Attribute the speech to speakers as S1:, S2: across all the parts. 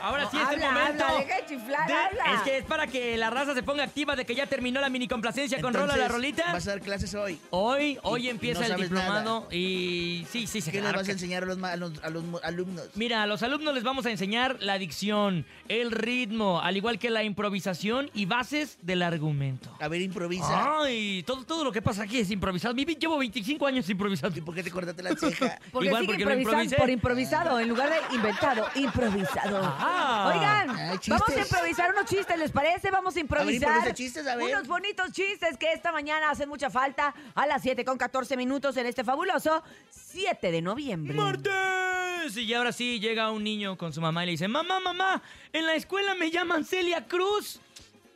S1: Ahora sí es el
S2: Habla,
S1: momento.
S2: habla, deja de chiflar, habla.
S1: Es que es para que la raza se ponga activa de que ya terminó la mini complacencia con Rola la
S3: Entonces,
S1: Rolita.
S3: ¿Vas a dar clases hoy?
S1: Hoy, hoy
S3: Y
S1: empieza
S3: no
S1: el
S3: sabes
S1: diplomado y sí, sí, se
S3: ¿Qué nos
S1: claro
S3: vas a
S1: que-
S3: enseñar a los, ma- a los- a los mu- alumnos?
S1: Mira, a los alumnos les vamos a enseñar la dicción, el ritmo, al igual que la improvisación y bases del argumento.
S3: A ver, improvisa.
S1: Ay, todo, todo lo que pasa aquí es improvisado. Mi- Llevo 25 años improvisando.
S3: ¿Y por qué te cortaste la ceja?
S2: Porque
S1: Igual
S2: sigue
S1: porque lo
S2: improvisando-
S1: improvisé.
S2: por improvisado, en lugar de inventado, improvisado.
S1: Ah.
S2: Oigan,
S3: Ay, chistes.
S2: vamos a improvisar unos chistes, ¿les parece? Vamos a improvisar
S3: improvisa chistes, a ver.
S2: unos bonitos chistes que esta mañana hacen mucha falta a las 7 con 14 minutos en este fabuloso 7 de noviembre.
S1: ¡Martes! Y ahora sí llega un niño con su mamá y le dice: Mamá, mamá, en la escuela me llaman Celia Cruz.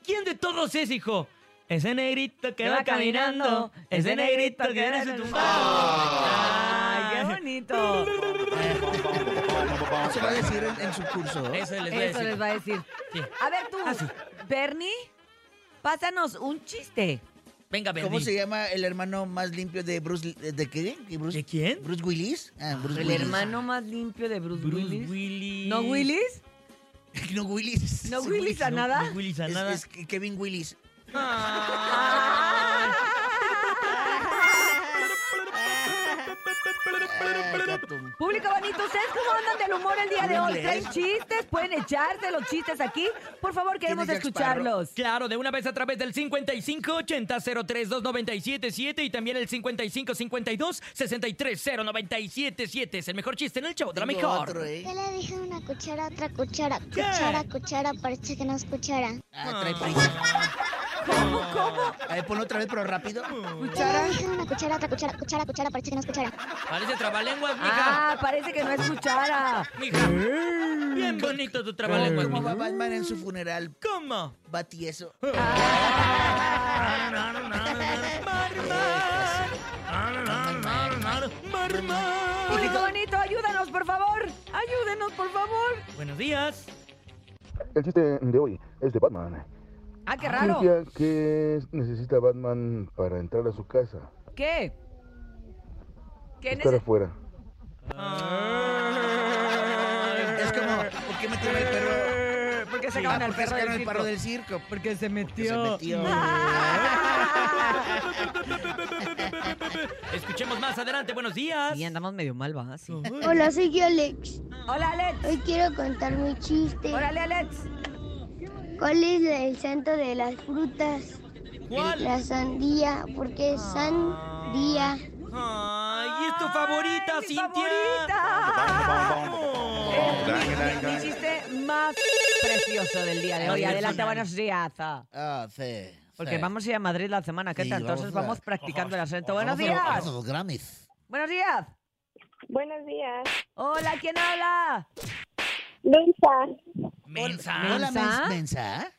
S1: ¿Quién de todos es, hijo? Ese negrito que va caminando, ese negrito que viene su Ah. tumbado.
S2: ¡Ay, qué bonito!
S3: Eso va a decir en, en su curso.
S1: Eso les voy a
S2: Eso
S1: decir.
S2: les va a decir.
S1: Sí.
S2: A ver tú,
S1: Ah, sí.
S2: Bernie, pásanos un chiste.
S1: Venga,
S3: ¿Cómo
S1: Bernie.
S3: se llama el hermano más limpio de Bruce... Li- ¿De qué? ¿Y Bruce-
S1: ¿De quién?
S3: ¿Bruce Willis? Ah, Bruce
S2: El
S3: Willis.
S2: hermano más limpio de Bruce,
S1: Bruce
S2: Willis.
S1: Willis.
S2: ¿No Willis?
S3: No, Willis.
S2: ¿No
S3: Sí,
S2: Willis a nada?
S1: No, Willis a
S3: Es,
S1: nada.
S3: es que- Kevin Willis. Ah, gato.
S2: Público bonito, ¿ustedes cómo andan del humor el día de
S3: Habla
S2: hoy?
S3: inglés.
S2: ¿Traen chistes? ¿Pueden echarse los chistes aquí? Por favor, queremos
S3: ¿Tienes Jack
S2: escucharlos.
S1: Claro, de una vez a través del 5580-032977 y también el 5552-630977. Es el mejor chiste en el show de la
S3: Tengo
S1: mejor.
S3: otro, ¿eh?
S4: Yo le dije una cuchara, otra cuchara,
S1: ¿Qué?
S4: cuchara, cuchara, parece que no es cuchara.
S3: Ah, trae prisa.
S2: ¿Cómo, cómo?
S3: A ver, ponlo otra vez, pero rápido.
S1: Ah.
S4: Yo le dije una cuchara, otra cuchara, cuchara, cuchara, parece que no es cuchara.
S1: Parece trabalenguas, mija.
S2: Ah, parece que no escuchara.
S1: Mija. Bien bonito tu trabalenguas,
S3: ¿Cómo va
S1: mija.
S3: Batman en su funeral?
S1: ¿Cómo?
S3: Va tieso.
S1: Ah.
S2: Público bonito, ayúdanos, por favor. Ayúdenos, por favor.
S1: Buenos días.
S5: El chiste de hoy es de Batman.
S2: Ah, qué raro.
S5: Cintia, ¿qué necesita Batman para entrar a su casa?
S2: ¿Qué? ¿Qué
S5: Estar
S2: neces-
S5: afuera.
S3: Es como, ¿por qué metieron el perro?
S2: ¿Por qué
S3: Ah,
S2: sacaron al
S3: ¿por qué
S2: perro
S3: sacaron
S2: del
S3: el
S2: circo?
S3: perro del circo?
S2: Porque se
S3: Que se
S2: metió.
S3: metió.
S1: Escuchemos más adelante. Buenos días.
S2: Y andamos medio mal, ¿va? Sí.
S4: Hola, soy Alex.
S2: Hola, Alex.
S4: Hoy quiero contar mi chiste.
S2: Órale, Alex.
S4: ¿Cuál es el santo de las frutas?
S1: ¿Cuál?
S4: La sandía, porque es sandía.
S1: Ay, es tu favorita,
S2: mi
S1: Cintia.
S2: favorita.
S6: Dang,
S2: Mi- Mi chiste más precioso del día de hoy. Adelante, buenos días.
S3: Ah, sí.
S2: Porque
S3: sí.
S2: vamos a ir a Madrid la semana que
S3: Sí,
S2: entra, entonces
S3: vamos a-
S2: vamos practicando el acento. Buenos
S3: Vamos a los-
S2: días.
S3: vamos a los Grammys.
S2: Buenos días.
S7: Buenos días.
S2: Hola, ¿quién habla?
S7: Luisa.
S1: Mensa.
S3: Hola,
S2: ¿Mensa?
S3: mens- mensa.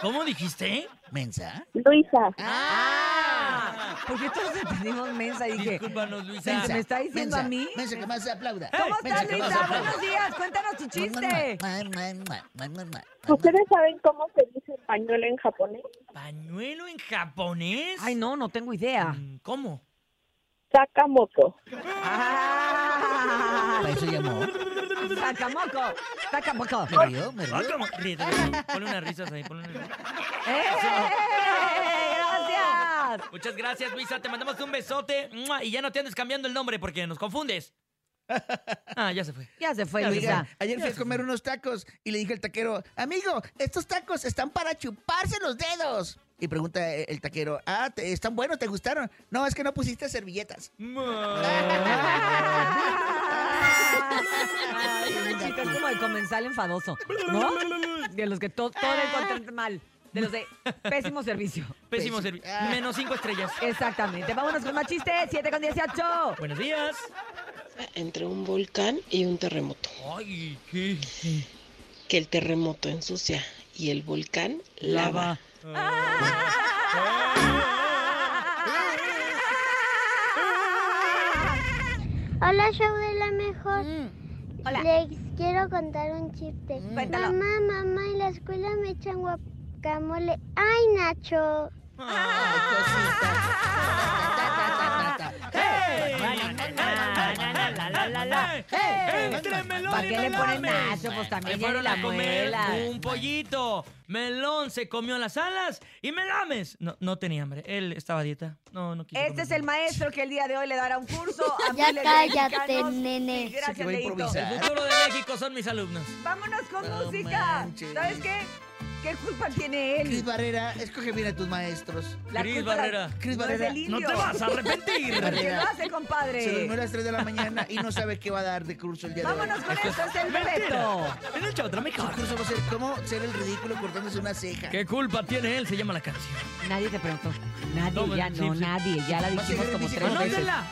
S1: ¿Cómo dijiste?
S3: Mensa.
S7: Luisa.
S2: Ah, porque todos entendimos mensa y dije,
S1: Discúlpanos, Luisa.
S2: Mensa. ¿Me está diciendo
S3: mensa,
S2: a mí?
S3: Mensa, que más se aplauda.
S2: ¿cómo
S3: Mensa,
S2: estás,
S3: que más
S2: Lisa?
S3: aplauda.
S2: Buenos días, cuéntanos tu chiste.
S3: Mua, mua, mua, mua, mua, mua, mua.
S7: ¿Ustedes saben cómo se dice pañuelo en japonés?
S1: ¿Pañuelo en japonés?
S2: Ay, no, no tengo idea.
S1: Mm, ¿Cómo?
S7: Sakamoto.
S2: Ah,
S3: Para eso llamó.
S2: Sacamoco, sacamoco.
S3: Me rió, me rió.
S1: Ah, ¿cómo? Ríete, ríete. Ponle unas risas ahí, ponle unas risas.
S2: ¡Eh! ¡Gracias!
S1: Muchas gracias, Luisa. Te mandamos un besote. ¡Mua! Y ya no te andes cambiando el nombre porque nos confundes. Ah, ya se fue.
S2: Ya se fue,
S1: Ya se
S2: Luisa.
S3: Oigan, ayer fui a comer unos tacos y le dije al taquero, amigo, estos tacos están para chuparse los dedos. Y pregunta el taquero, ah, te- están buenos, ¿te gustaron? No, es que no pusiste servilletas.
S2: Ay, un chiste, es como de comensal enfadoso, ¿no? De los que to- todo le encuentran mal. De los de pésimo servicio.
S1: Pésimo
S3: Pésimo.
S1: servicio.
S3: Ah.
S1: Menos cinco estrellas.
S2: Exactamente. Vámonos con más chistes. 7 con 18.
S1: Buenos días.
S8: entre un volcán y un terremoto,
S1: Ay, qué.
S8: que el terremoto ensucia y el volcán lava.
S4: Hola, show de la mejor.
S2: Hola.
S4: Les quiero contar un chiste.
S2: Cuéntalo.
S4: Mamá, mamá, en la escuela me echan guacamole. ¡Ay, Nacho!
S3: Ay, cosita. Ta, ta, ta, ta, ta, ta.
S2: ¡Eh!
S1: Entre melón
S2: ¿Para
S1: y
S2: qué le ponen
S1: melames.
S2: nacho? Pues
S1: Se
S2: también ya ni
S1: fueron
S2: la
S1: a comer
S2: muela.
S1: un pollito. Melón se comió las alas y melames. No, no tenía hambre. Él estaba a dieta. No, no quiso
S2: Este
S1: comer.
S2: es el maestro que el día de hoy le dará un curso a
S4: Ya
S2: miles de
S4: cállate,
S2: mexicanos.
S4: nene.
S2: Y
S3: Sí que
S2: Gracias,
S3: voy a
S2: Leito.
S3: improvisar.
S1: El futuro de México son mis alumnos.
S2: Vámonos con
S3: No
S2: música.
S3: manches.
S2: ¿Sabes qué? ¿Qué culpa tiene
S3: Cris
S2: él?
S3: Barrera, escoge bien a tus maestros.
S1: Cris
S2: culpa la-
S1: Barrera.
S3: Cris
S2: no es
S3: Barrera,
S2: del
S1: No
S2: indio.
S1: te vas a
S2: ¿Por
S1: arrepentir.
S2: qué lo hace,
S3: Se durmió a
S2: compadre?
S3: las 3 de la mañana y no sabe qué va a dar de curso el día
S2: Vámonos
S3: de hoy.
S2: con esto, Este es el reto.
S1: En el chavo,
S3: Su curso va a ser cómo ser el ridículo cortándose una ceja.
S1: ¿Qué culpa tiene él? Se llama la canción.
S2: Nadie te preguntó. Nadie,
S1: No,
S2: ya
S1: sí,
S2: no,
S1: sí.
S2: nadie. Ya la
S3: Va a
S2: dijimos
S3: ser
S2: como
S3: difícil.
S2: tres veces.
S1: ¡Anótela!